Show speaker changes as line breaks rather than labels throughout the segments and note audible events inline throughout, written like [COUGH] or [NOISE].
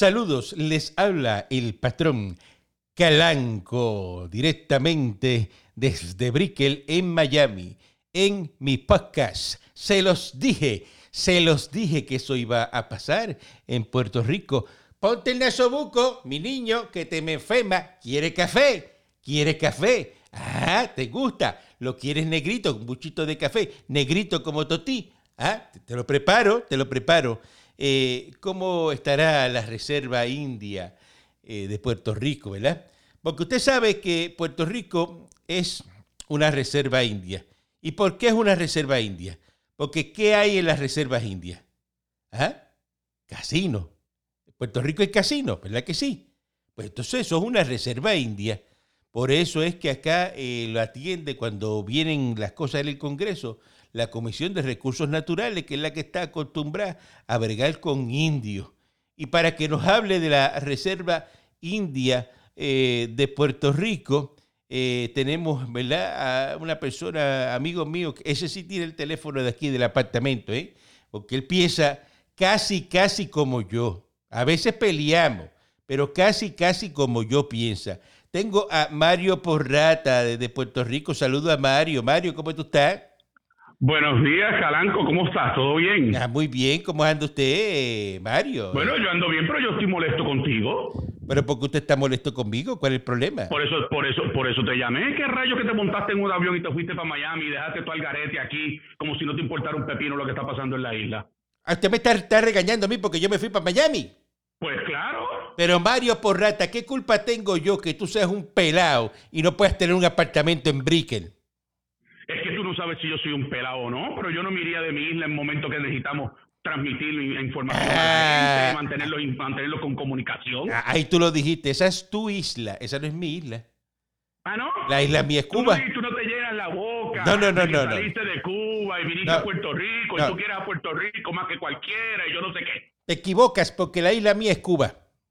Saludos, les habla el patrón Calanco directamente desde Brickell en Miami en mi podcast. Se los dije, se los dije que eso iba a pasar en Puerto Rico. Ponte el nasobuco, mi niño, que te me enferma. ¿Quiere café? ¿Quiere café? Ah, ¿te gusta? ¿Lo quieres negrito? Un buchito de café. Negrito como totí. Ah, te- te lo preparo, te lo preparo. Eh, ¿Cómo estará la Reserva India eh, de Puerto Rico, verdad? Porque usted sabe que Puerto Rico es una reserva india. ¿Y por qué es una reserva india? Porque ¿qué hay en las reservas indias? ¿Ah? Casino. En Puerto Rico hay casino, ¿verdad que sí? Pues entonces eso es una reserva india. Por eso es que acá eh, lo atiende cuando vienen las cosas en el Congreso la Comisión de Recursos Naturales, que es la que está acostumbrada a bregar con indios. Y para que nos hable de la Reserva India eh, de Puerto Rico, eh, tenemos ¿verdad? a una persona, amigo mío, que ese sí tiene el teléfono de aquí del apartamento, ¿eh? porque él piensa casi, casi como yo. A veces peleamos, pero casi, casi como yo piensa. Tengo a Mario Porrata desde Puerto Rico. Saludo a Mario. Mario, ¿cómo tú estás?
Buenos días, Calanco, ¿cómo estás? ¿Todo bien?
Ah, muy bien, ¿cómo anda usted, eh, Mario?
Bueno, yo ando bien, pero yo estoy molesto contigo.
Pero ¿por qué usted está molesto conmigo? ¿Cuál es el problema?
Por eso, por eso, por eso te llamé. ¿Qué rayos que te montaste en un avión y te fuiste para Miami y dejaste tu algarete aquí como si no te importara un pepino lo que está pasando en la isla?
Ah, Usted me está, está regañando a mí porque yo me fui para Miami.
Pues claro.
Pero Mario Porrata, ¿qué culpa tengo yo que tú seas un pelado y no puedas tener un apartamento en Brickell?
Es que tú no sabes si yo soy un pelado o no, pero yo no me iría de mi isla en momento que necesitamos transmitir la información a
Ah.
la gente, mantenerlo, mantenerlo con comunicación.
Ah, Ahí tú lo dijiste, esa es tu isla, esa no es mi isla.
Ah, ¿no?
La isla mía es
Tú
Cuba.
no- Tú no te llenas la boca.
No, no, no,
de que
no, no.
Saliste de Cuba y viniste
No.
a Puerto Rico
No.
y tú quieres a Puerto Rico más que cualquiera y yo no sé qué.
Te equivocas porque la isla mía es Cuba.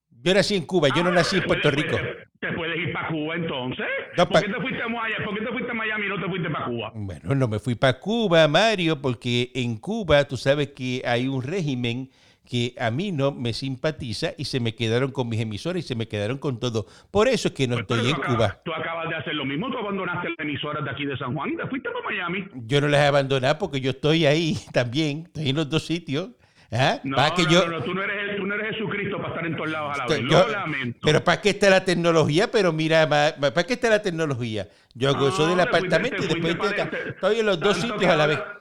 Yo nací en Cuba, yo no nací en Puerto
Te
Rico.
puedes- ¿Te puedes ir para Cuba entonces?
No, pa-
¿Por, qué te fuiste a Maya- ¿Por qué te fuiste a Miami y no te fuiste para Cuba?
Bueno, no me fui para Cuba, Mario, porque en Cuba tú sabes que hay un régimen que a mí no me simpatiza y se me quedaron con mis emisoras y se me quedaron con todo. Por eso es que no
Pues, pero
estoy en
tú acabas-
Cuba.
Tú acabas de hacer lo mismo, tú abandonaste las emisoras de aquí de San Juan y te fuiste para Miami.
Yo no las he abandonado porque yo estoy ahí [LAUGHS] también, estoy en los dos sitios. ¿Ah?
No,
Para que
no,
yo-
no, no, tú no eres, el- tú no eres Jesucristo para estar en todos lados a la
Estoy-
vez.
yo-
Lo lamento.
pero para qué está la tecnología, pero mira, para qué está la tecnología. Yo hago eso
No,
del
te fuiste-
apartamento
te
y después
fuiste
estoy,
para-
acá. Estoy en los dos
este tanto que
sitios a la vez.
hablas-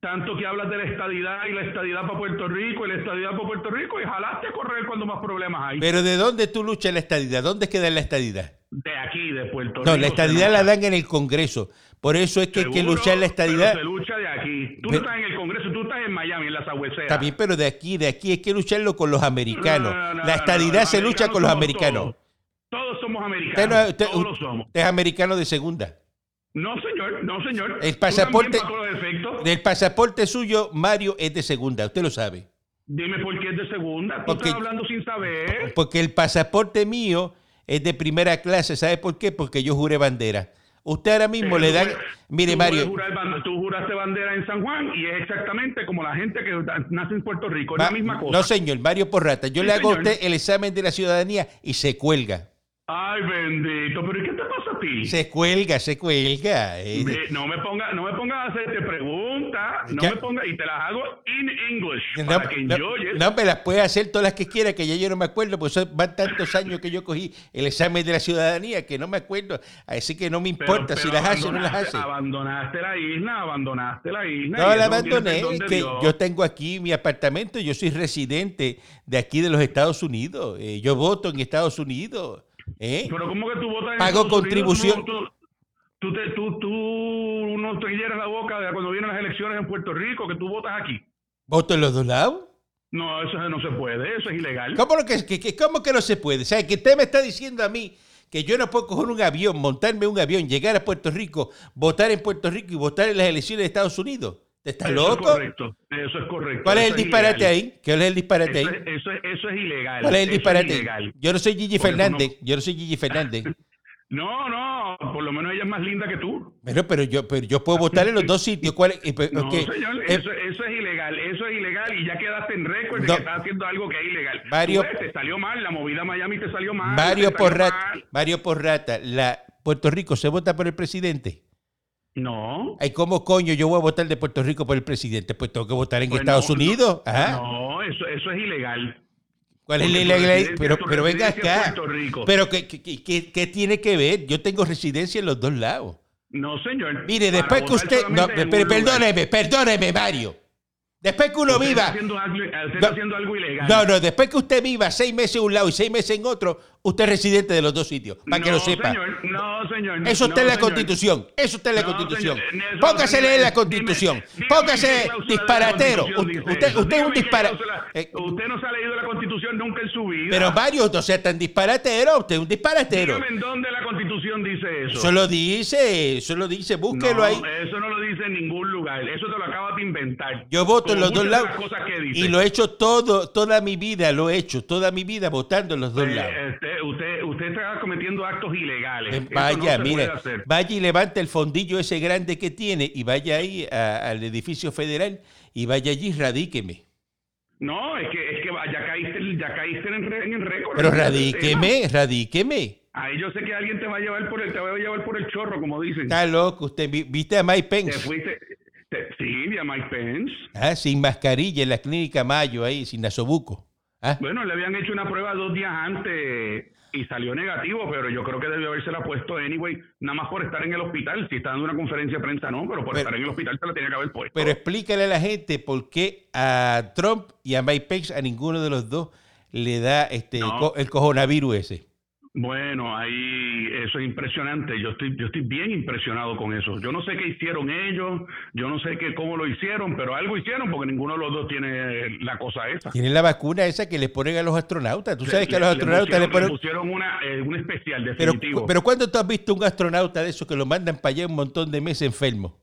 Tanto que hablas de la estadidad y la estadidad para Puerto Rico y la estadidad para Puerto Rico y jalaste a correr cuando más problemas hay.
Pero ¿de dónde tú luchas la estadidad? ¿Dónde queda la estadidad?
De aquí, de Puerto Rico.
No, la estadidad
se
la
lucha.
dan en el Congreso. Por eso es que hay que
Seguro,
luchar la estadidad.
pero se lucha de aquí. Tú
Pero-
no estás en el Congreso, tú estás en Miami, en la Sagüecera.
Está bien, pero de aquí, de aquí, hay que lucharlo con los americanos.
No, no, no,
la
no,
estadidad
no,
se lucha con los americanos.
somos Todos, Todos somos americanos.
Usted, no- usted-
todos lo
usted
somos.
es americano de segunda.
No, señor, no, señor. Tú también,
pasaporte-
para todos los efectos.
Del pasaporte suyo, Mario es de segunda, usted lo sabe.
Dime por qué es de segunda. Tú
Porque-
estás hablando sin saber.
Porque el pasaporte mío es de primera clase, ¿sabe por qué? Porque yo juré bandera. Usted ahora mismo
Pero
le
tú
dan...
puedes-
Mire,
tú
Mario...
puedes jurar ban- tú juraste bandera en San Juan y es exactamente como la gente que da- nace en Puerto Rico. Es
Ma-
la misma cosa.
No, señor, Mario Porrata, yo
Sí,
le hago a
señor.
usted el examen de la ciudadanía y se cuelga.
Ay, bendito. ¿Pero ¿y qué te pasa a ti?
Se cuelga, se cuelga. eh.
Me- no me pongas no me pongas a hacerte preguntas. No
Ya.
me pongas y te las hago in English
No,
para que
no,
enjoyes.
no, me las puede hacer todas las que quiera, que ya yo no me acuerdo, pues son- van tantos años que yo cogí el examen de la ciudadanía que no me acuerdo, así que no me
Pero-
importa si
pero
las hace o no las
abandonaste-
hace.
Abandonaste la isla, abandonaste la isla.
No
y
la
eso tiene
abandoné,
perdón de
que
Dios.
yo tengo aquí mi apartamento, yo soy residente de aquí de los Estados Unidos, eh, yo voto en Estados Unidos. ¿eh?
Pero ¿cómo que tú votas en
Pago
Estados Unidos?
contribución.
Tú, no- tú, tú te- tú- tú no te llenas la boca de cuando vienen las elecciones en Puerto Rico, que tú votas aquí.
¿Voto en los dos lados?
No, eso no se puede, eso es ilegal.
¿Cómo, lo que, que- que- cómo que no se puede? O sea, que usted me está diciendo a mí que yo no puedo coger un avión, montarme en un avión, llegar a Puerto Rico, votar en Puerto Rico y votar en las elecciones de Estados Unidos. ¿Te estás
Eso es
loco?
correcto, eso es correcto.
¿Cuál es el
eso
disparate
ilegal.
ahí? ¿Cuál es el disparate
Eso,
ahí?
es- eso, es- eso es ilegal.
¿Cuál es el
eso
disparate? ahí?
ilegal.
Yo no soy Gigi
Por eso no- [LAUGHS]
Fernández. Yo no soy Gigi Fernández.
No, no, por lo menos ella es más linda que tú.
Pero, pero, yo, pero yo puedo votar en los dos sitios. ¿Cuál es? Eh, pe-
No,
ok,
señor,
eh,
eso, eso es ilegal, eso es ilegal y ya quedaste en récord de
No.
que estás haciendo algo que es ilegal.
Mario-
Tú ves, te salió mal, la movida Miami te salió mal.
Eh, Mario
te salió
Porrata,
mal.
Mario Porrata, la, Puerto Rico se vota por el presidente.
No.
Ay, ¿cómo coño yo voy a votar de Puerto Rico por el presidente? Pues tengo que votar en
Pues
Estados
no, no,
Unidos. Ajá.
No, eso, eso es ilegal.
¿Cuál es
Porque
la
tu
ilegalidad?
residencia-
Pero,
tu
pero venga
residencia es
acá.
Puerto Rico.
Pero ¿qué, qué- qué- qué- qué tiene que ver? Yo tengo residencia en los dos lados.
No, señor.
Mire,
Para
después que
votar
usted... No,
solamente en
pero-
un lugar.
perdóneme, perdóneme, Mario. Después que uno
Usted está
viva...
haciendo algo- usted
No.
está haciendo algo ilegal.
No, no, después que usted viva seis meses en un lado y seis meses en otro, usted es residente de los dos sitios, para que
No,
lo sepa.
señor, no, señor.
Eso está
no,
en la
señor.
Constitución. Eso está en la
No,
Constitución.
señor, eso no,
Póngasele en la
señor.
Constitución.
Dime, dime qué
Póngase
cláusula de la
disparatero.
Constitución
Usted,
dice
usted-
eso.
usted es un
Dígame qué
disparatero.
cláusula- Usted no se ha leído la Constitución nunca en su vida.
pero varios, no sea tan disparatero. Usted es un disparatero.
Dígame en dónde la Constitución dice eso.
Eso lo dice, eso lo dice. Búsquelo
No,
ahí.
Eso no lo dice en ningún lugar. Eso te lo acabas de inventar.
Yo voto en
Como
los dos
muchas de
lados.
las cosas que dice.
Y lo he hecho todo, toda mi vida, lo he hecho, toda mi vida votando en los dos
Eh,
lados.
este, usted, usted está cometiendo actos ilegales.
Eh,
Eso
Vaya,
no se
mire,
puede hacer.
vaya y levante el fondillo ese grande que tiene y vaya ahí a- al edificio federal y vaya allí y radíqueme.
No, es que, es que ya caíste, ya caíste en, re- en el récord.
Pero
Eh,
radíqueme, radíqueme.
Ahí yo sé que alguien te va a llevar por el, te va a llevar por el chorro, como dicen.
Está loco, usted vi- viste a Mike
Te
Pence.
fuiste. te- sí, vi a Mike Pence.
Ah, sin mascarilla en la clínica Mayo ahí, sin nasobuco. Ah,
Bueno, le habían hecho una prueba dos días antes y salió negativo, pero yo creo que debió habérsela puesto anyway, nada más por estar en el hospital. Si está dando una conferencia de prensa, no, pero por
Pero-
estar en el hospital se la tenía que haber puesto.
Pero explícale a la gente por qué a Trump y a Mike Pence, a ninguno de los dos, le da este
No.
co- el cojonavirus ese.
Bueno, ahí eso es impresionante. Yo estoy, yo estoy bien impresionado con eso. Yo no sé qué hicieron ellos, yo no sé qué, cómo lo hicieron, pero algo hicieron porque ninguno de los dos tiene la cosa esa.
Tienen la vacuna esa que les ponen a los astronautas. Tú sabes que a los
Le-
astronautas les
le pusieron,
ponen...
le pusieron una, eh, un especial
Pero,
definitivo.
pero ¿cuándo tú has visto un astronauta de esos que lo mandan para allá un montón de meses enfermo?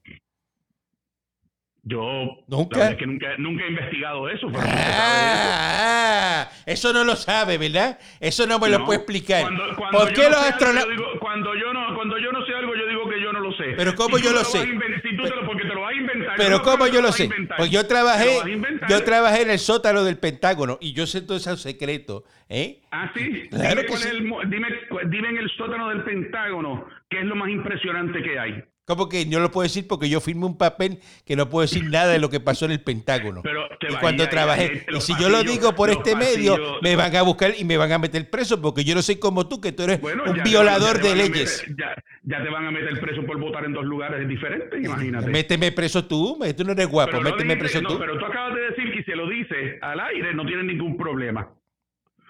yo
¿Nunca?
la verdad es que nunca, nunca he investigado eso. pero usted sabe de eso.
Ah, eso no lo sabe, ¿verdad? Eso no me pues lo
No.
puede explicar.
Cuando- cuando
¿Por
yo
qué
no
los
sé algo, yo
astronautas...
digo- Cuando yo no, cuando yo no sé algo, yo digo que yo no lo sé.
Pero ¿cómo
Y
yo
tú
lo
vas
sé?
a inven- si tú te lo- porque te lo vas a inventar.
Pero
no,
¿cómo
pero
yo
te
lo
vas a
sé?
inventar.
Porque yo
Te
trabajé,
lo vas a inventar.
yo trabajé en el sótano del Pentágono y yo sé todos esos secretos, ¿eh?
Ah, sí.
Claro
dime,
que
cuál
sí.
es el mo- dime, cu- dime en el sótano del Pentágono qué es lo más impresionante que hay.
Como que yo lo puedo decir porque yo firmé un papel que no puedo decir nada de lo que pasó en el Pentágono.
Pero te eh,
y
va-
cuando
ahí, ahí, ahí,
trabajé. y
los
si yo lo
pasillos,
digo por
los
este medio,
pasillos.
me van a buscar y me van a meter preso porque yo no soy como tú, que tú eres
Bueno,
un
ya-
violador
ya te
de
van a
leyes.
meter- ya, ya te van a meter preso por votar en dos lugares diferentes, imagínate.
Méteme preso tú, me- tú no eres guapo,
Pero no
méteme
dijiste-
preso
no,
tú.
pero tú acabas de decir que si lo dices al aire no tienes ningún problema.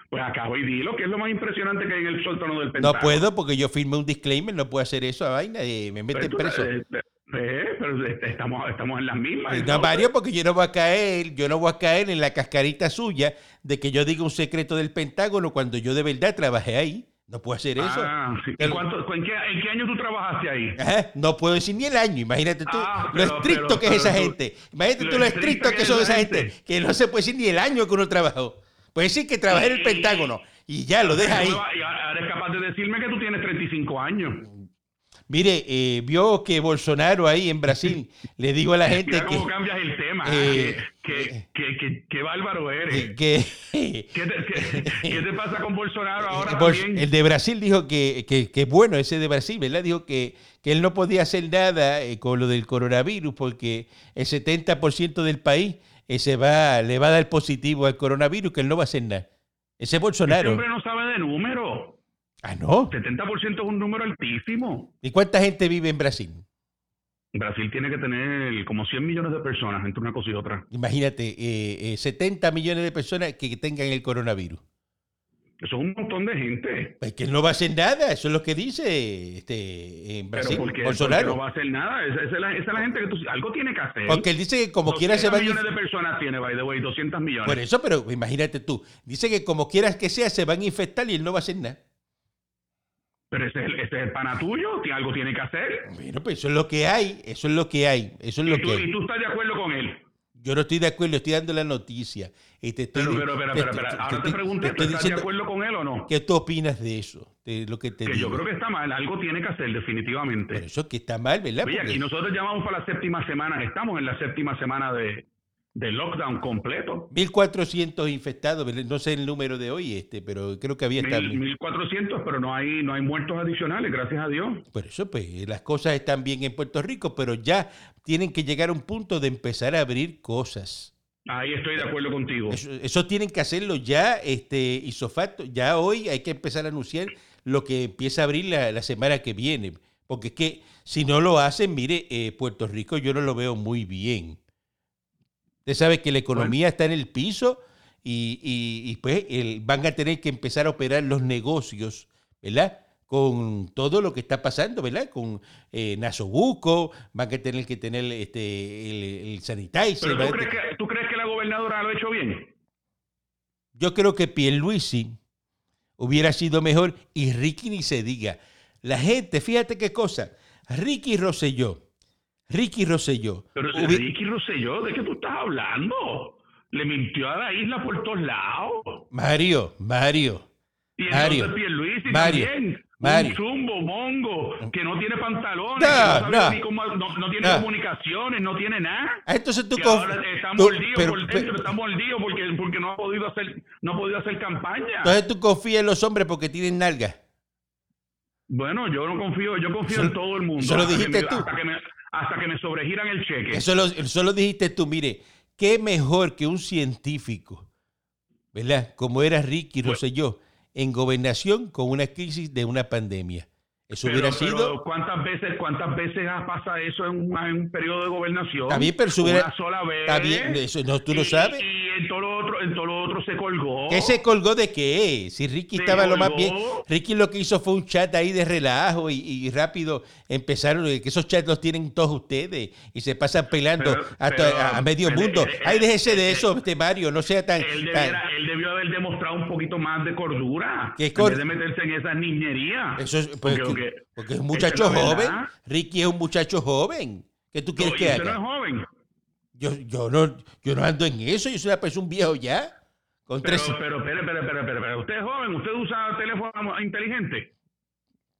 Pues acabo y dilo, que es lo más impresionante que hay en el sótano del Pentágono.
no puedo porque yo firmé un disclaimer, no puedo hacer eso a vaina y me
Pero
meten
tú-
preso. Pues
eh, eh, pero este, estamos, estamos en las mismas.
No,
entonces.
Mario, porque yo no voy a caer, yo no voy a caer en la cascarita suya de que yo diga un secreto del Pentágono cuando yo de verdad trabajé ahí. No puedo hacer eso.
Ah, sí. ¿Y
Pero-
cuánto- en, qué, en qué año tú trabajaste ahí?
Ajá, No puedo decir ni el año, imagínate tú
Ah,
lo
pero-
estricto
pero-
que es
pero
esa
tú-
gente. Imagínate
lo
tú lo
estricto
estricto que,
que es
son esa
esa
gente.
gente.
que no se puede decir ni el año que uno trabajó. Puede decir que trabajé en el
Y-
Pentágono y ya lo deja ahí.
Y ahora ahora eres capaz de decirme que tú tienes 35 años.
Mire, eh, vio que Bolsonaro ahí en Brasil le digo
[LAUGHS]
a la gente
Mira
Eh, que,
cómo cambias el tema. Ah,
eh,
que, que, que- que- que bárbaro eres.
que-
¿Qué, te, qué- qué te pasa con Bolsonaro [LAUGHS] ahora
Bols-
también?
eh, el de Brasil dijo que, que, que es bueno ese de Brasil, ¿verdad? Dijo que, que él no podía hacer nada eh, con lo del coronavirus porque el 70% del país eh, se va, le va a dar positivo al coronavirus, que él no va a hacer nada. Ese es
Este
Bolsonaro.
hombre no sabe de número.
Ah, no.
70% es un número altísimo.
¿Y cuánta gente vive en Brasil?
Brasil tiene que tener como 100 millones de personas entre una cosa y otra.
Imagínate, eh, eh, 70 millones de personas que tengan el coronavirus.
Eso es un montón de gente.
Pues que él no va a hacer nada, eso es lo que dice este, en
Pero
Brasil,
porque,
Bolsonaro.
no va a hacer nada. Esa, esa es, la, esa es la gente que tú... Algo tiene que hacer.
Porque él dice que como quiera se
200
va a
millones de personas tiene, by the way, 200 millones.
Por eso, pero imagínate tú. Dice que como quieras que sea, se van a infectar y él no va a hacer nada.
Pero ese es, el- ese es el pana tuyo, que algo tiene que hacer.
Bueno, pues eso es lo que hay, eso es lo que hay, eso es lo
Y tú,
que
y
hay.
tú estás de acuerdo con él.
Yo no estoy de acuerdo, estoy dando la noticia. Y te estoy,
Pero, pero, espera,
te-
espera, espera.
te-
Ahora
te-
te pregunté,
te
¿tú
estoy
estás de
diciendo-
acuerdo con él o no?
¿Qué tú opinas de eso? De lo que te
Que yo
digo.
creo que está mal, algo tiene que hacer definitivamente.
Pero eso que está mal, ¿verdad?
Oye,
Porque-
aquí nosotros llamamos para la séptima semana, estamos en la séptima semana de, de lockdown completo.
1400 infectados, ¿verdad? no sé el número de hoy este, pero creo que había estado.
Mil- 1400, pero no hay no hay muertos adicionales, gracias a Dios.
Por eso, pues, las cosas están bien en Puerto Rico, pero ya tienen que llegar a un punto de empezar a abrir cosas.
Ahí estoy de acuerdo contigo.
Eso, eso tienen que hacerlo ya, este, isofato. Ya hoy hay que empezar a anunciar lo que empieza a abrir la, la semana que viene. Porque es que si no lo hacen, mire, eh, Puerto Rico yo no lo veo muy bien. Usted sabe que la economía está en el piso y, y- y, pues el- van a tener que empezar a operar los negocios, ¿verdad? Con todo lo que está pasando, ¿verdad? Con eh, Nasobuco, van a tener que tener este, el, el sanitizer.
Pero
van
¿tú
a
crees, que, ¿tú crees que la gobernadora lo ha hecho bien?
Yo creo que Pierluisi hubiera sido mejor y Ricky ni se diga. La gente, fíjate qué cosa. Ricky Rosselló. Ricky Rosselló.
Pero si
hubi-
Ricky Rosselló, ¿de qué tú estás hablando? Le mintió a la isla por todos lados.
Mario, Mario.
Y
Mario,
entonces Pierluisi
Mario,
también.
Mario.
Un chumbo, mongo, que no tiene
No,
pantalones, que no,
no.
sabe ni cómo- no- no tiene
No.
comunicaciones, no tiene nada.
Ah, entonces tú
Que
conf-
ahora está
tú-
mordido
pero-
por
pero-
dentro, está mordido porque, porque no ha podido hacer, no ha podido hacer campaña.
entonces tú confías en los hombres porque tienen nalgas.
bueno, yo no confío, yo confío
Eso-
en todo el mundo.
eso lo
hasta que
dijiste
me-
tú.
Hasta que, me, hasta que me sobregiran el cheque.
Eso lo, eso lo dijiste tú, mire, qué mejor que un científico, ¿verdad? Como era Ricky
Bueno.
Rosselló, en gobernación con una crisis de una pandemia. Eso
Pero,
hubiera sido...
pero ¿cuántas veces cuántas veces ha- pasa eso en un, en un periodo de gobernación?
Está bien, pero si hubiera-
Una sola vez.
Está bien,
¿Eh?
eso no, tú lo
Y-
sabes.
Y, en todo lo otro, en todo lo otro se colgó.
¿Qué se colgó de qué? Si Ricky
Se
estaba lo más
colgó.
bien. Ricky lo que hizo fue un chat ahí de relajo y, y rápido empezaron. eh, Que esos chats los tienen todos ustedes y se pasan pelando
Pero-
a, to-
pero-
a- a medio
pero-
mundo.
eh,
Ay,
eh,
déjese de
eh,
eso, este Mario. No sea tan.
Él,
tan-
debiera- él debió haber demostrado un poquito más de cordura.
¿Qué
en
cor-
vez de meterse en esas niñerías.
eso es, pues,
Porque-
que-
porque-
porque es un
esa
muchacho
es la
joven.
verdad.
Ricky es un muchacho joven. ¿Qué tú quieres
No,
que
y usted no
haga?
es joven.
Yo, yo, no, yo no ando en eso. Yo soy una persona un viejo ya. Con
Pero,
tres.
pero, pero, pero, pero, pero, pero, usted es joven, usted usa teléfono inteligente.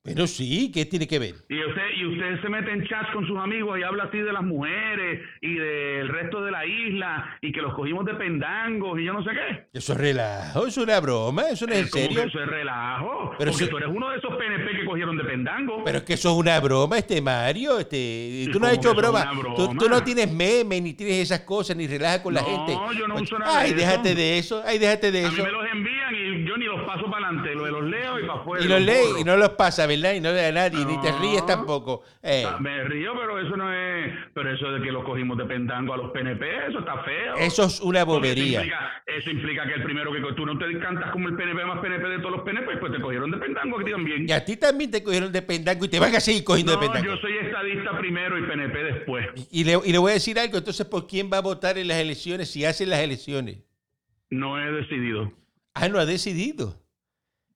Pero sí, ¿qué tiene que ver?
Y usted, y usted se mete en chats con sus amigos y habla así de las mujeres y del resto de la isla y que los cogimos de pendangos y yo no sé qué.
Eso es relajo, es una broma, eso no es en
Como
serio.
que eso es relajo.
Pero
porque
si-
tú eres uno de esos PNP que cogieron de pendangos.
Pero es que eso es una broma, este Mario. Este, tú no has
¿cómo
hecho
que eso es
broma.
una
Tú,
broma?
tú no tienes memes, ni tienes esas cosas, ni relajas con la
No,
gente.
yo no
Pues,
uso nada
Ay,
de
déjate
eso.
de eso, ay, déjate de
a mí
eso.
me los envían y yo ni los paso para adelante, los, los leo y para afuera.
y los lees
borro.
y no los pasa, ¿verdad? Y no le da a nadie, ni te
No.
ríes tampoco. Eh,
Ah, Me río, pero eso no es. Pero eso de que los cogimos de pendango a los PNP, eso está feo.
eso es una
Porque eso
bobería.
implica, eso implica que el primero que co- tú no te cantas como el PNP más PNP de todos los PNP, pues te cogieron de pendango aquí también.
Y a ti también te cogieron de pendango y te van a seguir cogiendo
no,
de pendango.
yo soy estadista primero y PNP después.
Y, le, y le voy a decir algo, entonces, ¿por quién va a votar en las elecciones si hacen las elecciones?
No he decidido.
Ah, no ha decidido.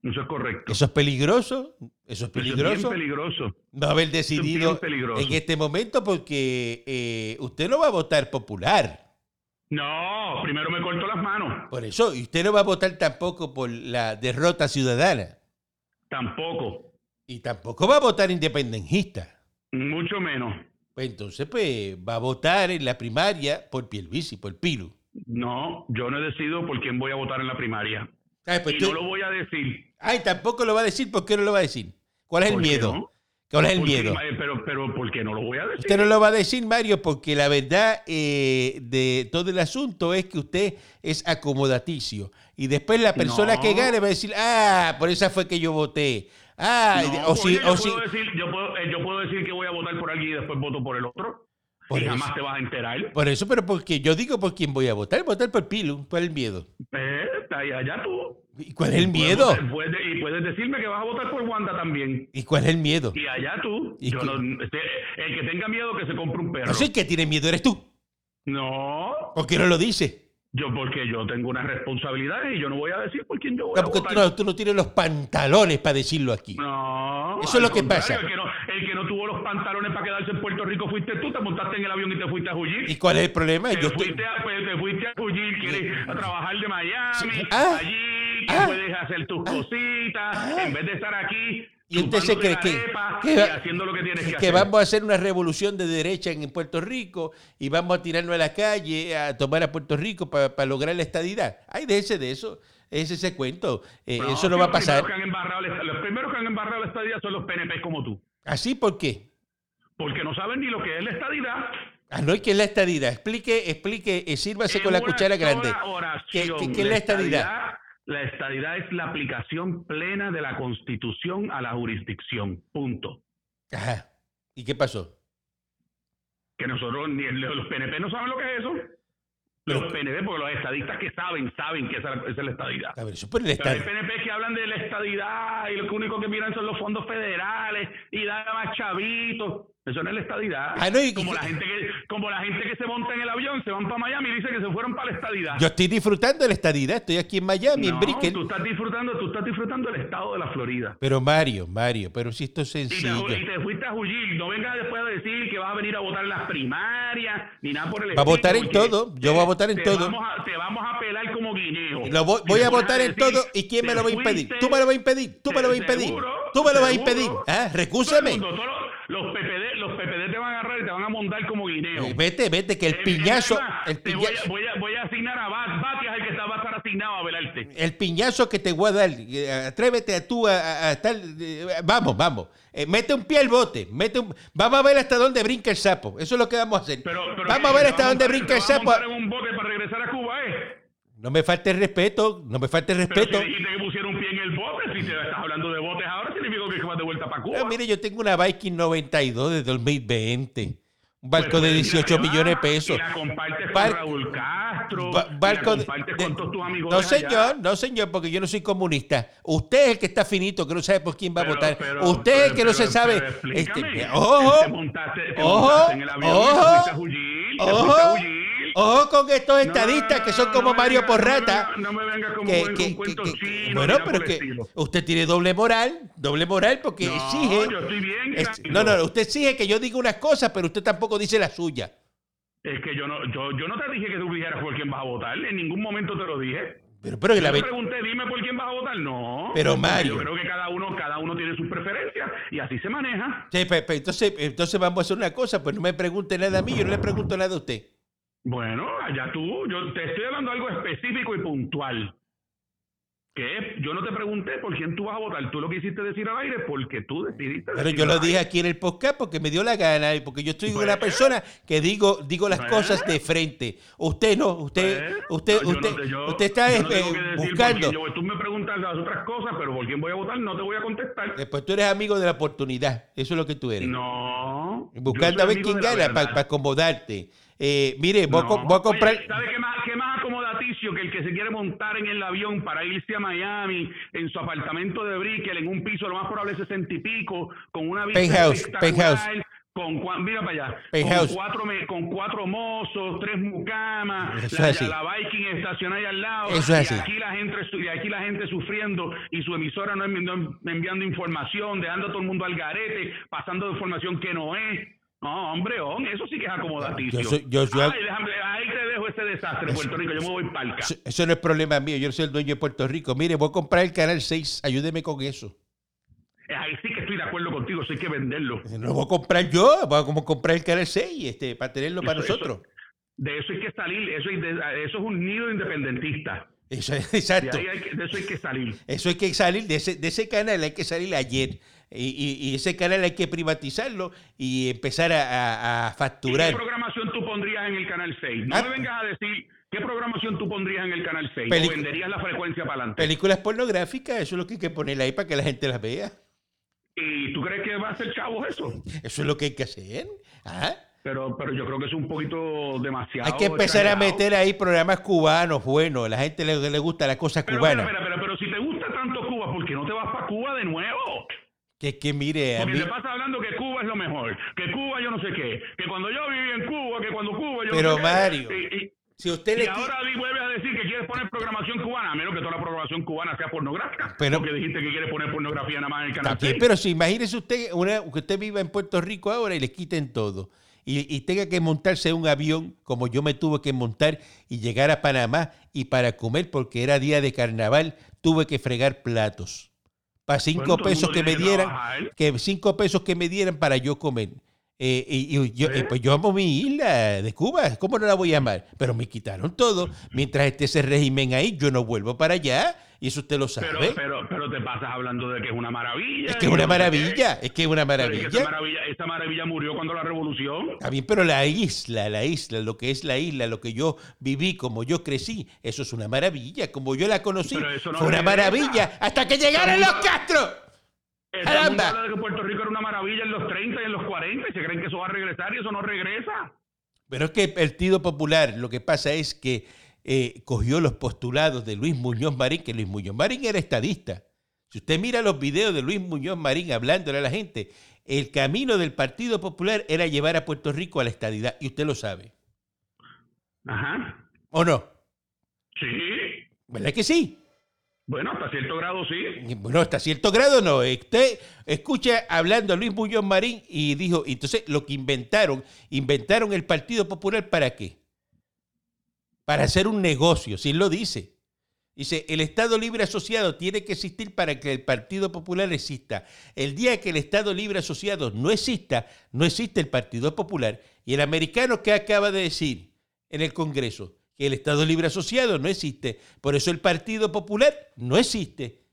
Eso es correcto.
Eso es peligroso, eso es
Eso es bien
peligroso.
peligroso.
no haber
es bien
decidido
peligroso.
en este momento porque eh, usted no va a votar popular.
No, primero me corto las manos.
Por eso, y usted no va a votar tampoco por la derrota ciudadana.
Tampoco.
Y tampoco va a votar independentista.
Mucho menos.
Pues entonces, pues, va a votar en la primaria por Pierluisi, por Piru.
No, yo no he decidido por quién voy a votar en la primaria.
¿Sabes? Pues
y
tú-
no lo voy a decir.
Ay, tampoco lo va a decir. ¿Por qué no lo va a decir? ¿Cuál es el
¿Por qué
miedo?
no?
¿Cuál es el
Porque-
miedo?
eh, Pero, pero, ¿por qué no lo voy a decir?
Usted no lo va a decir, Mario, porque la verdad eh, de todo el asunto es que usted es acomodaticio. Y después la persona
No.
que gane va a decir, ah, por esa fue que yo voté. Ah,
No,
o si,
oye,
o
yo,
si.
puedo decir, yo, puedo, eh, yo puedo decir que voy a votar por alguien y después voto por el otro.
Por
y
eso.
jamás te vas a enterar.
Por eso, pero porque yo digo por quién voy a votar, votar por Pilu, por el miedo.
Eh, está ahí- allá tú.
¿Y cuál es el miedo?
Puedes votar- puedes- y puedes decirme que vas a votar por Wanda también.
¿Y cuál es el miedo?
Y allá tú.
¿Y
Yo
qué?
no- este, el que tenga miedo que se compre un perro.
No sé el que tiene miedo eres tú.
No,
¿Por qué no lo dices?
yo porque yo tengo unas responsabilidades y yo no voy a decir por quién yo voy
No,
a
porque tú
votar.
no, tú no tienes los pantalones para decirlo aquí.
No,
Eso es
al
lo que
contrario,
pasa.
El que, no, el que no tuvo los pantalones para quedarse en Puerto Rico fuiste tú, te montaste en el avión y te fuiste a huir.
¿Y cuál es el problema?
Te,
Yo estoy-
fuiste a, pues, te fuiste a huir, quieres a trabajar de Miami,
Sí. Ah.
allí, que
Ah.
puedes hacer tus cositas,
Ah.
en vez de estar aquí.
¿Y usted se
chupándote
cree
la
que,
arepa
que
y
va-
haciendo lo que tienes que,
que
hacer?
vamos a hacer una revolución de derecha en Puerto Rico y vamos a tirarnos a la calle a tomar a Puerto Rico para lograr la estadidad? Ay, déjese de eso. Ese es ese cuento. Eh, eso no
si
va a
los primeros
pasar.
que han embarrado la- los primeros que han embarrado la estadía son los PNP como tú,
¿Así por qué?
porque no saben ni lo que es la estadidad.
Ah, no, ¿y qué es la estadidad? Explique, explique, eh, sírvase
En
con la
una
cuchara
sola
grande. ¿Qué,
oración,
qué- qué es la estadidad?
La estadidad es la aplicación plena de la Constitución a la jurisdicción. Punto.
Ajá. ¿Y qué pasó?
Que nosotros, ni los PNP no saben lo que es eso. Los PNP, porque los estadistas que saben, saben que esa, esa es la estadidad.
A ver, eso por el
Pero hay
estado.
PNP que hablan de la estadidad y lo único que miran son los fondos federales y dar más chavitos. Eso no es la estadidad.
Ah, no, y-
como, la gente que, como la gente que se monta en el avión, se van para Miami y dicen que se fueron para la estadidad.
Yo estoy disfrutando de la estadidad. Estoy aquí en Miami, en
No,
Brickell.
tú estás disfrutando, tú estás disfrutando el estado de la Florida.
Pero Mario, Mario, pero si esto es
Y te,
sencillo.
y te fuiste a huir, no vengas después a decir que vas a venir a votar en las primarias, ni nada por el
Va a votar en
porque
todo, yo voy a votar en
te
todo.
Vamos a, te vamos a pelar como guineo.
Lo voy,
Si
voy
te
a
pones
votar en
decir,
todo y quién me
"Te
lo va a impedir.
fuiste,
Tú me lo vas a impedir. Tú me lo vas a impedir.
seguro,
Tú me lo vas a
seguro.
impedir. Ah,
Todo
recúsame.
el mundo, todos los, los PPD, los PPD te van a agarrar y te van a montar como guineo.
Eh, Vete, vete, que el
Eh,
piñazo,
es más,
el
te voy, a,
piñazo,
voy, a, voy a asignar a Bat. Bat es el que está, va a estar asignado a velarte.
el piñazo que te voy a dar. eh, Atrévete a tú a, a- a tal. eh, Vamos, vamos. Eh, mete un pie al bote. Mete un- vamos a ver hasta dónde brinca el sapo. Eso es lo que vamos a hacer.
Pero- pero
vamos a
¿qué?
ver
¿Te
hasta
vas a
dónde
montar-
brinca
te
el
vas a
sapo.
montar en un bote para regresar a Cuba, ¿eh?
No me falte el respeto. No me falte el
Pero
respeto.
si dijiste que pusieron un pie en el bote, si te estás hablando de botes ahora, significa que vas de vuelta para Cuba.
Ah, mire, yo tengo una Viking 92 de 2020. Un barco
Pues,
de
pues, mira,
18
te
millones de
vas
pesos.
Y la compartes
Bar-
con Raúl Castro.
Ba-
y la
barco de-
compartes
de-
con todos tus amigos.
no
de allá.
señor, no señor, porque yo no soy comunista. Usted es el que está finito, que no sabe por quién va a
Pero-
votar.
pero-
Usted es el que
pero-
no se
pero
sabe.
explícame,
Este, ojo,
te montaste- te
ojo,
montaste en el avión y te
ojo,
fuiste a huir, te
ojo,
fuiste a huir.
ojo con estos
No,
estadistas que son
no
como
me
Mario
venga- no me
Porrata.
venga- No me vengas como
que-
con-
que-
con cuentos
que- que-
chinos.
bueno,
ni nada
pero
por el
que
estilo.
usted tiene doble moral, doble moral porque
No,
exige.
yo estoy bien,
es-
tranquilo.
no, no, usted exige que yo diga unas cosas, pero usted tampoco dice la suya.
Es que yo no, yo, yo no te dije que tú dijeras por quién vas a votar. En ningún momento te lo dije.
Pero, pero que la
Yo te
ve-
pregunté, dime por quién vas a votar. No.
Pero,
Porque
Mario.
Yo creo que cada uno, cada uno tiene sus preferencias y así se maneja.
Sí, pe- pe- entonces, entonces vamos a hacer una cosa, pues no me pregunte nada a mí, yo no le pregunto nada a usted.
Bueno, allá tú, yo te estoy hablando de algo específico y puntual. Que es, yo no te pregunté por quién tú vas a votar. Tú lo quisiste decir al aire porque tú decidiste.
Pero
decir
yo
al
lo
aire.
dije aquí en el podcast porque me dio la gana y porque yo estoy
Pues.
una persona que digo digo las
Pues.
cosas de frente. Usted no, usted
Pues,
usted
no, yo no
usted
te- yo-
usted está
yo no tengo
eh,
que decir por
buscando.
quién yo- tú me preguntas las otras cosas, pero por quién voy a votar no te voy a contestar.
Eh, Pues tú eres amigo de la oportunidad, eso es lo que tú eres.
No. yo
Buscando
soy
a ver
amigo
quién
de la
gana para
verdad.
acomodarte. Eh, mire, voy, a, co-
No.
voy a comprar
Oye, ¿Sabe qué más, qué más acomodaticio que el que se quiere montar en el avión para irse a Miami en su apartamento de Brickell en un piso, lo más probable es sesenta y pico, con una vista
Penthouse,
espectacular,
penthouse.
Con, cua- mira para allá,
Penthouse.
con cuatro, me- con cuatro mozos, tres mucamas,
Eso
la,
es así.
la Viking estacionada ahí al lado,
Eso es así.
y aquí la gente su- y aquí la gente sufriendo y su emisora no, envi- no enviando información, dejando a todo el mundo al garete, pasando información que no es. No, hombre, on, eso sí que es acomodaticio.
Yo soy- yo- yo-
Ay, déjame, ahí te dejo ese desastre, Puerto Rico. Yo me voy para
eso, eso no es problema mío, yo soy el dueño de Puerto Rico. Mire, voy a comprar el canal 6, ayúdeme con eso.
Ahí sí que estoy de acuerdo contigo, sí hay que venderlo.
No lo voy a comprar yo, voy a como comprar el canal 6 este para tenerlo para
Eso- eso-
nosotros.
De eso hay que salir. Eso, hay de- eso es un nido independentista.
Eso, es- [LAUGHS]
De,
exacto.
ahí hay que- de eso hay que salir.
Eso hay que salir de ese, de ese canal, hay que salir ayer. Y, y- y ese canal hay que privatizarlo y empezar a, a- a
¿Y
facturar.
¿Qué programación tú pondrías en el Canal 6? No
Ah.
me vengas a decir qué programación tú pondrías en el Canal 6.
Pelic-
¿O venderías la frecuencia para adelante?
Películas pornográficas, eso es lo que hay que poner ahí para que la gente las vea.
¿Y tú crees que va a ser chavos eso?
Eso es lo que hay que hacer. Ajá.
Pero, pero yo creo que es un poquito demasiado.
Hay que empezar a
exagerado.
meter ahí programas cubanos, bueno, a la gente le, le gusta las cosas
Pero,
cubanas.
pero, pero, pero, pero si te gusta tanto Cuba, ¿por qué no te vas para Cuba de nuevo?
que es que mire, a
Porque
mí-
te pasa hablando que Cuba es lo mejor, que Cuba yo no sé qué, que cuando yo viví en Cuba, que cuando Cuba yo
Pero,
no sé qué.
Mario,
Y- y-
si usted
y
le... qui-
ahora di- vuelves a decir que quieres quieres poner programación cubana, a menos que toda la programación cubana sea pornográfica.
Pero-
porque dijiste que quieres poner pornografía nada más en el canal.
Está bien,
6.
pero si imagínese usted una- que usted viva en Puerto Rico ahora y le quiten todo y, y tenga que montarse en un avión como yo me tuve que montar y llegar a Panamá y para comer porque era día de carnaval tuve que fregar platos para cinco
Bueno, todo el
pesos
mundo
que me
tiene que
dieran
trabajar.
que cinco pesos que me dieran para yo comer Eh, y, y yo,
¿Eh?
y pues yo amo mi isla de Cuba, ¿cómo no la voy a amar? Pero me quitaron todo. Mientras esté ese régimen ahí, yo no vuelvo para allá. Y eso usted lo sabe.
Pero, pero, pero te pasas hablando de que es una maravilla.
Es que
y
es una
no sé qué.
maravilla, es que es una
Pero es que esa
maravilla.
maravilla. Esa maravilla murió cuando la revolución.
Está bien, pero la isla, la isla, lo que es la isla, lo que yo viví, como yo crecí, eso es una maravilla. Como yo la conocí,
Pero eso no
fue una
regresa.
maravilla hasta que llegaron los Castro.
Eh,
Caramba.
todo el mundo habla de que Puerto Rico era una maravilla en los 30 y en los 40 y se creen que eso va a regresar y eso no regresa.
Pero es que el Partido Popular, lo que pasa es que eh, cogió los postulados de Luis Muñoz Marín, que Luis Muñoz Marín era estadista. Si usted mira los videos de Luis Muñoz Marín hablándole a la gente, el camino del Partido Popular era llevar a Puerto Rico a la estadidad, y usted lo sabe.
Ajá.
¿O no?
Sí.
¿Verdad que sí?
Bueno, hasta cierto grado sí.
Bueno, hasta cierto grado no. Usted escucha hablando a Luis Muñoz Marín y dijo, entonces lo que inventaron, inventaron el Partido Popular para qué? Para hacer un negocio, si él lo dice. Dice, el Estado Libre Asociado tiene que existir para que el Partido Popular exista. El día que el Estado Libre Asociado no exista, no existe el Partido Popular. Y el americano que acaba de decir en el Congreso que el Estado Libre Asociado no existe, por eso el Partido Popular no existe.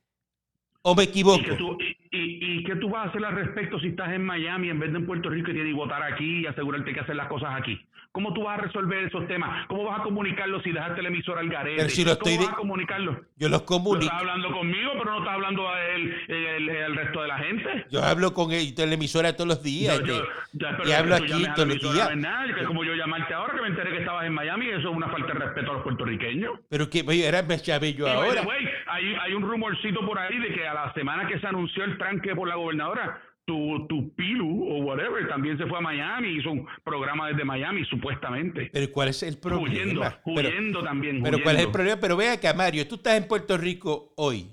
¿O me equivoco?
¿Y qué, tú, y, y- y qué tú vas a hacer al respecto si estás en Miami en vez de en Puerto Rico y tienes que votar aquí y asegurarte que hacer las cosas aquí? ¿Cómo tú vas a resolver esos temas? ¿Cómo vas a comunicarlos si dejaste la emisora al garete?
Pero si lo estoy
¿Cómo
de-
vas a comunicarlos?
Yo los
Tú
comunico.
estás hablando conmigo, pero no estás hablando al el, el- el resto de la gente.
Yo hablo con el, en la emisora todos los días.
Yo-
que-
yo- ya, pero
y
que
hablo
tú
aquí
llames a
todos
la
los
emisora
días.
no es nada, que es como yo llamarte ahora que me enteré que estabas en Miami, eso es una falta de respeto a los puertorriqueños.
Pero que oye, ahora me chavé yo
Y, by the
ahora.
way, hay, hay un rumorcito por ahí de que a la semana que se anunció el tranque por la gobernadora, tu, tu Pilu o whatever también se fue a Miami, hizo un programa desde Miami, supuestamente.
Pero ¿cuál es el problema?
Huyendo,
Pero-
huyendo también.
Pero ¿cuál es el
huyendo.
problema? Pero ve acá, Mario, tú estás en Puerto Rico hoy.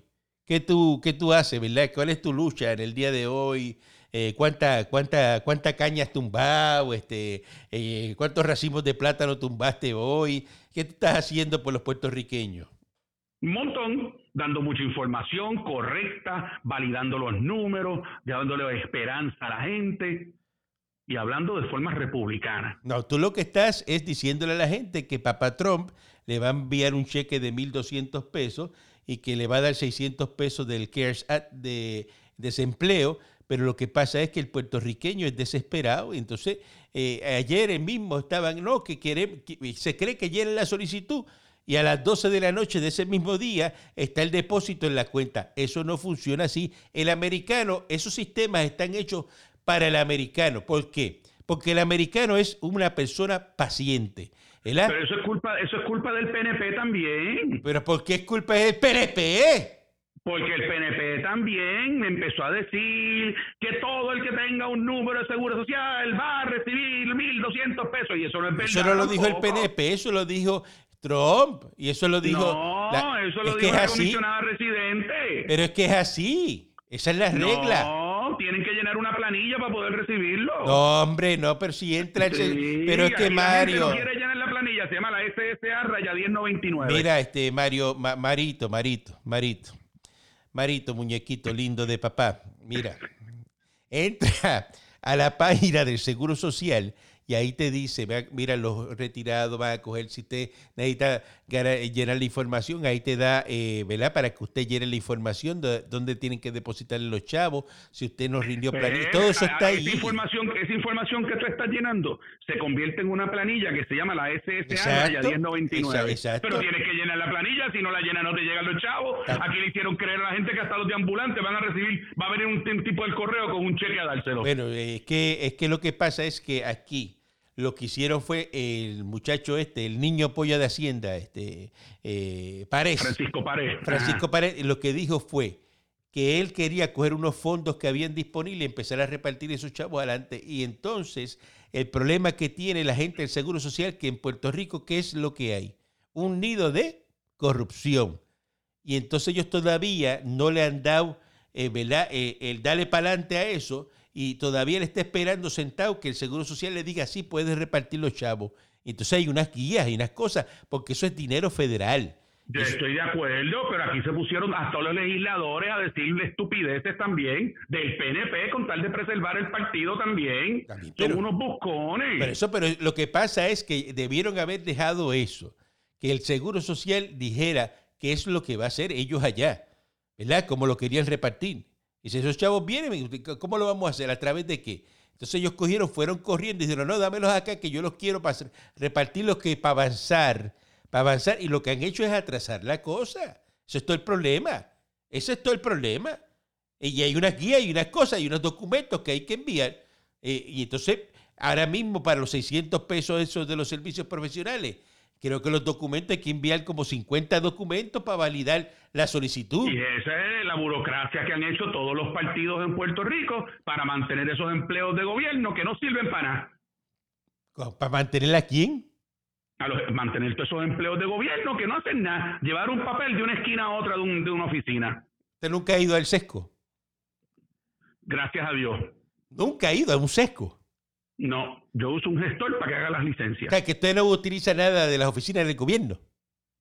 ¿Qué tú, qué tú haces, verdad? ¿Cuál es tu lucha en el día de hoy? Eh, ¿cuánta, cuánta, ¿Cuánta caña has tumbado? Este, eh, ¿Cuántos racimos de plátano tumbaste hoy? ¿Qué tú estás haciendo por los puertorriqueños?
Un montón, dando mucha información correcta, validando los números, dándole esperanza a la gente y hablando de forma republicana.
No, tú lo que estás es diciéndole a la gente que Papá Trump le va a enviar un cheque de 1.200 pesos y que le va a dar 600 pesos del CARES Act de desempleo, pero lo que pasa es que el puertorriqueño es desesperado. y Entonces, eh, ayer mismo estaban, no, que, quiere, que- se cree que llena la solicitud y a las 12 de la noche de ese mismo día está el depósito en la cuenta. Eso no funciona así. El americano, esos sistemas están hechos para el americano. ¿Por qué? Porque el americano es una persona paciente. ¿El a-
Pero eso es culpa, eso es culpa del PNP también.
Pero ¿por qué es culpa del PNP?
Porque el PNP también me empezó a decir que todo el que tenga un número de seguro social va a recibir 1.200 pesos. Y eso no es verdad.
Eso no lo dijo el
tampoco.
PNP, eso lo dijo Trump. Y eso lo dijo...
No,
la-
eso lo
es que
dijo
es
la
así.
comisionada residente.
Pero es que es así. Esa es la regla.
No, tienen que llenar una planilla para poder recibirlo.
No, hombre, no, pero si entra el...
Sí,
pero es que
aquí la gente
Mario...
no quiere llenar la planilla, se llama la SSA raya 1099.
Mira, este Mario, Ma- Marito, Marito, Marito, Marito, muñequito lindo de papá. Mira, entra a la página del Seguro Social y ahí te dice, vea, mira, los retirados van a coger, si usted necesita gara- llenar la información, ahí te da, eh, ¿verdad? Para que usted llene la información de dónde tienen que depositar los chavos, si usted nos rindió planilla,
Pues,
todo eso
a- a-
está ahí.
Esa información, esa información que tú estás llenando se convierte en una planilla que se llama la SSA raya
Exacto,
1099.
exa- exacto. Ah.
Pero tienes que llenar la planilla, si no la llenas no te llegan los chavos.
Está-
Aquí le hicieron creer a la gente que hasta los de ambulantes van a recibir, va a venir un, t- tipo del correo con un cheque a dárselo.
Bueno, eh, es que, es que lo que pasa es que aquí lo que hicieron fue el muchacho este, el niño polla de Hacienda, este, eh, Párez,
Francisco Pared.
Francisco Párez, lo que dijo fue que él quería coger unos fondos que habían disponibles y empezar a repartir esos chavos adelante. Y entonces el problema que tiene la gente del Seguro Social, que en Puerto Rico, ¿qué es lo que hay? Un nido de corrupción. Y entonces ellos todavía no le han dado, eh, ¿verdad? Eh, el dale para adelante a eso y todavía le está esperando sentado que el Seguro Social le diga, sí, puedes repartir los chavos. Entonces hay unas guías y unas cosas, porque eso es dinero federal.
Yo estoy de acuerdo, pero aquí se pusieron hasta los legisladores a decirle estupideces también del PNP con tal de preservar el partido también.
También, pero-
Son unos buscones.
Pero eso, pero lo que pasa es que debieron haber dejado eso, que el Seguro Social dijera qué es lo que va a hacer ellos allá, ¿verdad? Como lo querían repartir. Y si esos chavos vienen, ¿cómo lo vamos a hacer? ¿A través de qué? Entonces ellos cogieron, fueron corriendo y dijeron, no, dámelos acá que yo los quiero para hacer- repartir los que para avanzar, para avanzar. Y lo que han hecho es atrasar la cosa. Eso es todo el problema. Ese es todo el problema. Y hay unas guías y unas cosas y unos documentos que hay que enviar. Eh, y entonces, ahora mismo para los 600 pesos esos de los servicios profesionales, creo que los documentos hay que enviar como 50 documentos para validar la solicitud.
Y esa es la burocracia que han hecho todos los partidos en Puerto Rico para mantener esos empleos de gobierno que no sirven para nada.
¿Para mantenerla quién?
A los- mantener todos esos empleos de gobierno que no hacen nada. Llevar un papel de una esquina a otra de, un- de una oficina.
Usted nunca ha ido al sesco.
Gracias a Dios.
Nunca ha ido a un sesco.
No, yo uso un gestor para que haga las licencias.
O sea, que usted no utiliza nada de las oficinas del gobierno.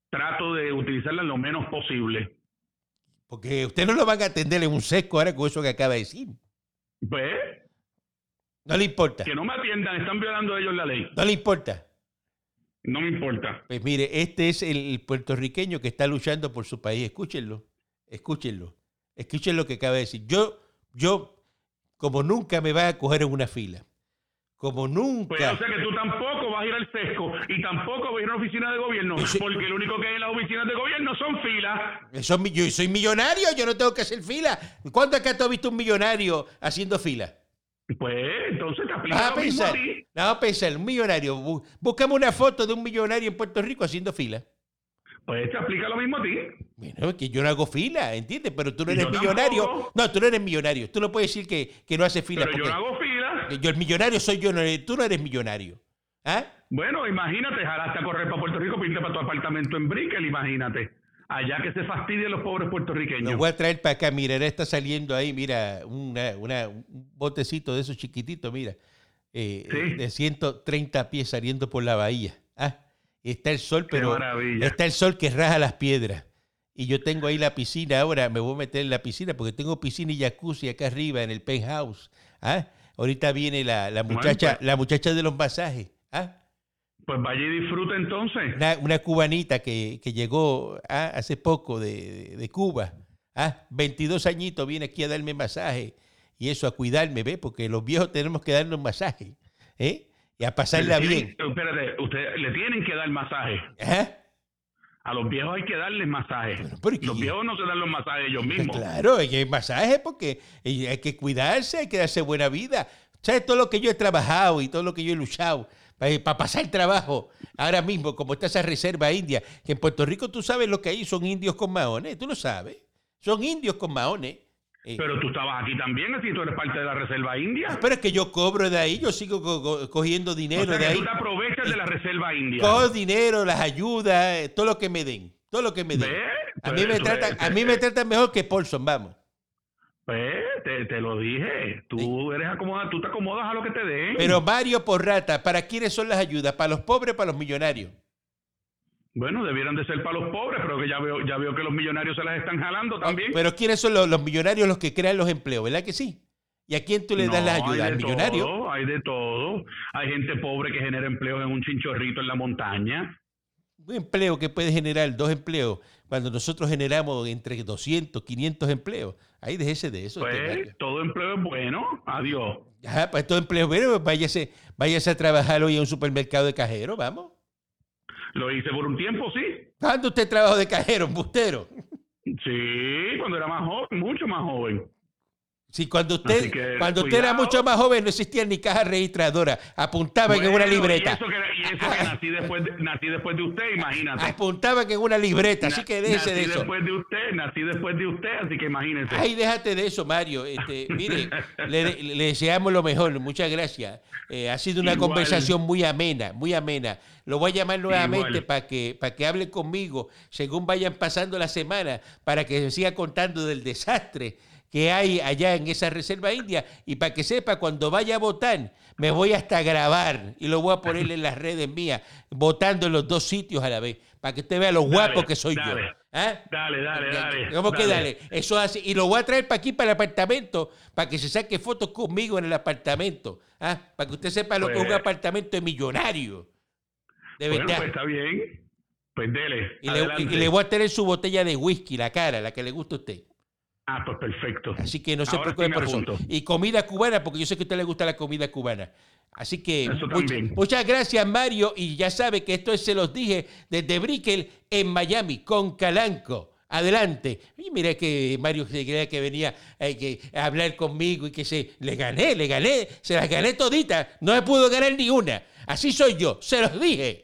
Trato de utilizarlas lo menos posible.
Porque usted no lo van a atender en un sesco ahora con eso que acaba de decir.
¿Ves?
No le importa.
Pues, Que no me atiendan, están violando ellos la ley.
No le importa.
No me importa.
Pues mire, este es el puertorriqueño que está luchando por su país. Escúchenlo, escúchenlo, escuchen lo que acaba de decir. Yo, yo, como nunca me van a coger en una fila, como
Pues
nunca.
o sea que tú tampoco vas a ir al sesco y tampoco vas a ir a una oficina de gobierno,
Ese-
porque lo único que hay en las oficinas de gobierno son filas.
Eso es mi- yo soy millonario, yo no tengo que hacer fila. ¿Cuándo acá tú has visto un millonario haciendo fila?
Pues entonces te
Vas
aplica
a
lo mismo a
pensar,
ti.
vas a pensar, un millonario. bu- Búscame una foto de un millonario en Puerto Rico haciendo fila.
Pues te aplica lo mismo a ti.
Bueno, es que yo no hago fila, ¿entiendes? Pero tú no
Y
eres
yo
millonario.
tampoco.
No, tú no eres millonario. Tú no puedes decir que, que no haces fila.
Pero yo
porque-
no hago fila.
Yo el millonario soy yo, no eres- tú no eres millonario. ¿Ah?
Bueno, imagínate, jalaste a correr para Puerto Rico, pinta para tu apartamento en Brickell, imagínate. Allá que se fastidien los pobres
Lo
puertorriqueños.
voy a traer para acá, mira, ahora está saliendo ahí, mira, una, una- un botecito de esos chiquititos, mira, eh,
Sí.
de 130 pies saliendo por la bahía. ¿ah? Y Está el sol,
Qué
pero
maravilla.
está el sol que raja las piedras. Y yo tengo ahí la piscina ahora, me voy a meter en la piscina porque tengo piscina y jacuzzi acá arriba en el penthouse. ¿ah? Ahorita viene la, la
Bueno,
muchacha,
pues.
la muchacha de los masajes. ¿ah?
Pues vaya y disfruta entonces.
una, una cubanita que, que llegó ah, hace poco de, de- de Cuba, ah, 22 añitos, viene aquí a darme masaje y eso, a cuidarme, ¿ve? Porque los viejos tenemos que darnos masaje, ¿eh? Y a pasarla
Le
bien.
tienen- Espérate, usted, le tienen que dar masaje.
Ajá.
A los viejos hay que darles masaje.
Pero, ¿por qué?
Los viejos no se dan los masajes ellos
Pues
mismos.
Claro, hay que ir masaje porque eh, hay que cuidarse, hay que darse buena vida. ¿Sabes todo lo que yo he trabajado y todo lo que yo he luchado para, pasar trabajo? Ahora mismo, como está esa reserva india, que en Puerto Rico tú sabes lo que hay, son indios con maones, tú lo sabes. Son indios con maones. Eh, ah,
Pero tú estabas aquí también, así tú eres parte de la Reserva India.
pero es que yo cobro de ahí, yo sigo co- co- cogiendo
O
dinero
sea
de
que
ahí.
tú te aprovechas de la Reserva India.
Cojo dinero, las ayudas, eh, todo lo que me den, todo lo que me den.
¿Ves?
A mí me
pues, Eso es-
tratan, a mí me tratan mejor que Paulson, vamos.
Pues, te, te lo dije. Tú eres acomoda, tú te acomodas a lo que te den.
Pero Mario Porrata, ¿para quiénes son las ayudas? ¿Para los pobres o para los millonarios?
Bueno, debieran de ser para los pobres, pero que ya veo, ya veo que los millonarios se las están jalando también.
Pero ¿quiénes son los, los millonarios los que crean los empleos? ¿Verdad que sí? ¿Y a quién tú le das
No,
las
hay
ayudas?
de
¿Al millonario?
todo, hay de todo. Hay gente pobre que genera empleo en un chinchorrito en la montaña.
Un empleo que puede generar dos empleos cuando nosotros generamos entre 200, 500 empleos. Ahí déjese de eso. este,
Pues,
Temayo.
todo empleo es bueno. Adiós.
Ajá, pues estos empleos, bueno, pues váyase, váyase a trabajar hoy a un supermercado de cajero, vamos.
Lo hice por un tiempo, sí.
¿Cuándo usted trabajó de cajero, bustero?
Sí, cuando era más joven, mucho más joven.
Si cuando usted,
Así que,
cuando usted era
cuidado.
mucho más joven no existía ni caja registradora, apuntaban en pues, una
Bueno,
libreta.
Y eso que, y eso que nací, después de, nací después de usted,
Ah,
imagínate.
Apuntaban en una libreta, así que déjese
nací
de eso.
después de usted, nací después de usted, así que imagínese.
Ay, déjate de eso, Mario. Este, mire, le, le deseamos lo mejor. Muchas gracias. Eh, ha sido una
Igual.
conversación muy amena, muy amena. Lo voy a llamar nuevamente
Igual.
para que, para que hable conmigo según vayan pasando la semana, para que se siga contando del desastre que hay allá en esa reserva india y para que sepa cuando vaya a votar, me voy hasta a grabar y lo voy a poner en las redes mías, votando en los dos sitios a la vez, para que usted vea lo guapo que soy yo.
dale.
¿Ah?
Dale, dale, dale.
¿Cómo que dale? Eso hace. Y lo voy a traer para aquí, para el apartamento, para que se saque fotos conmigo en el apartamento. ¿ah? Para que usted sepa lo que es un
Pues-
apartamento de millonario. De
Bueno,
verdad.
pues está bien. Pues dele.
y, le, y- y le voy a tener su botella de whisky, la cara, la que le gusta a usted.
Ah, pues perfecto.
Así que no se
Ahora
preocupe
sí me
por eso.
apunto.
Y comida cubana, porque yo sé que a usted le gusta la comida cubana. Así que
Eso
mucha-
también.
muchas gracias, Mario. Y ya sabe que esto es, se los dije desde Brickell en Miami con Calanco. Adelante. Y mira que Mario se creía que venía eh, que a hablar conmigo y que se le gané, le gané, se las gané toditas. No me pudo ganar ni una. Así soy yo, se los dije.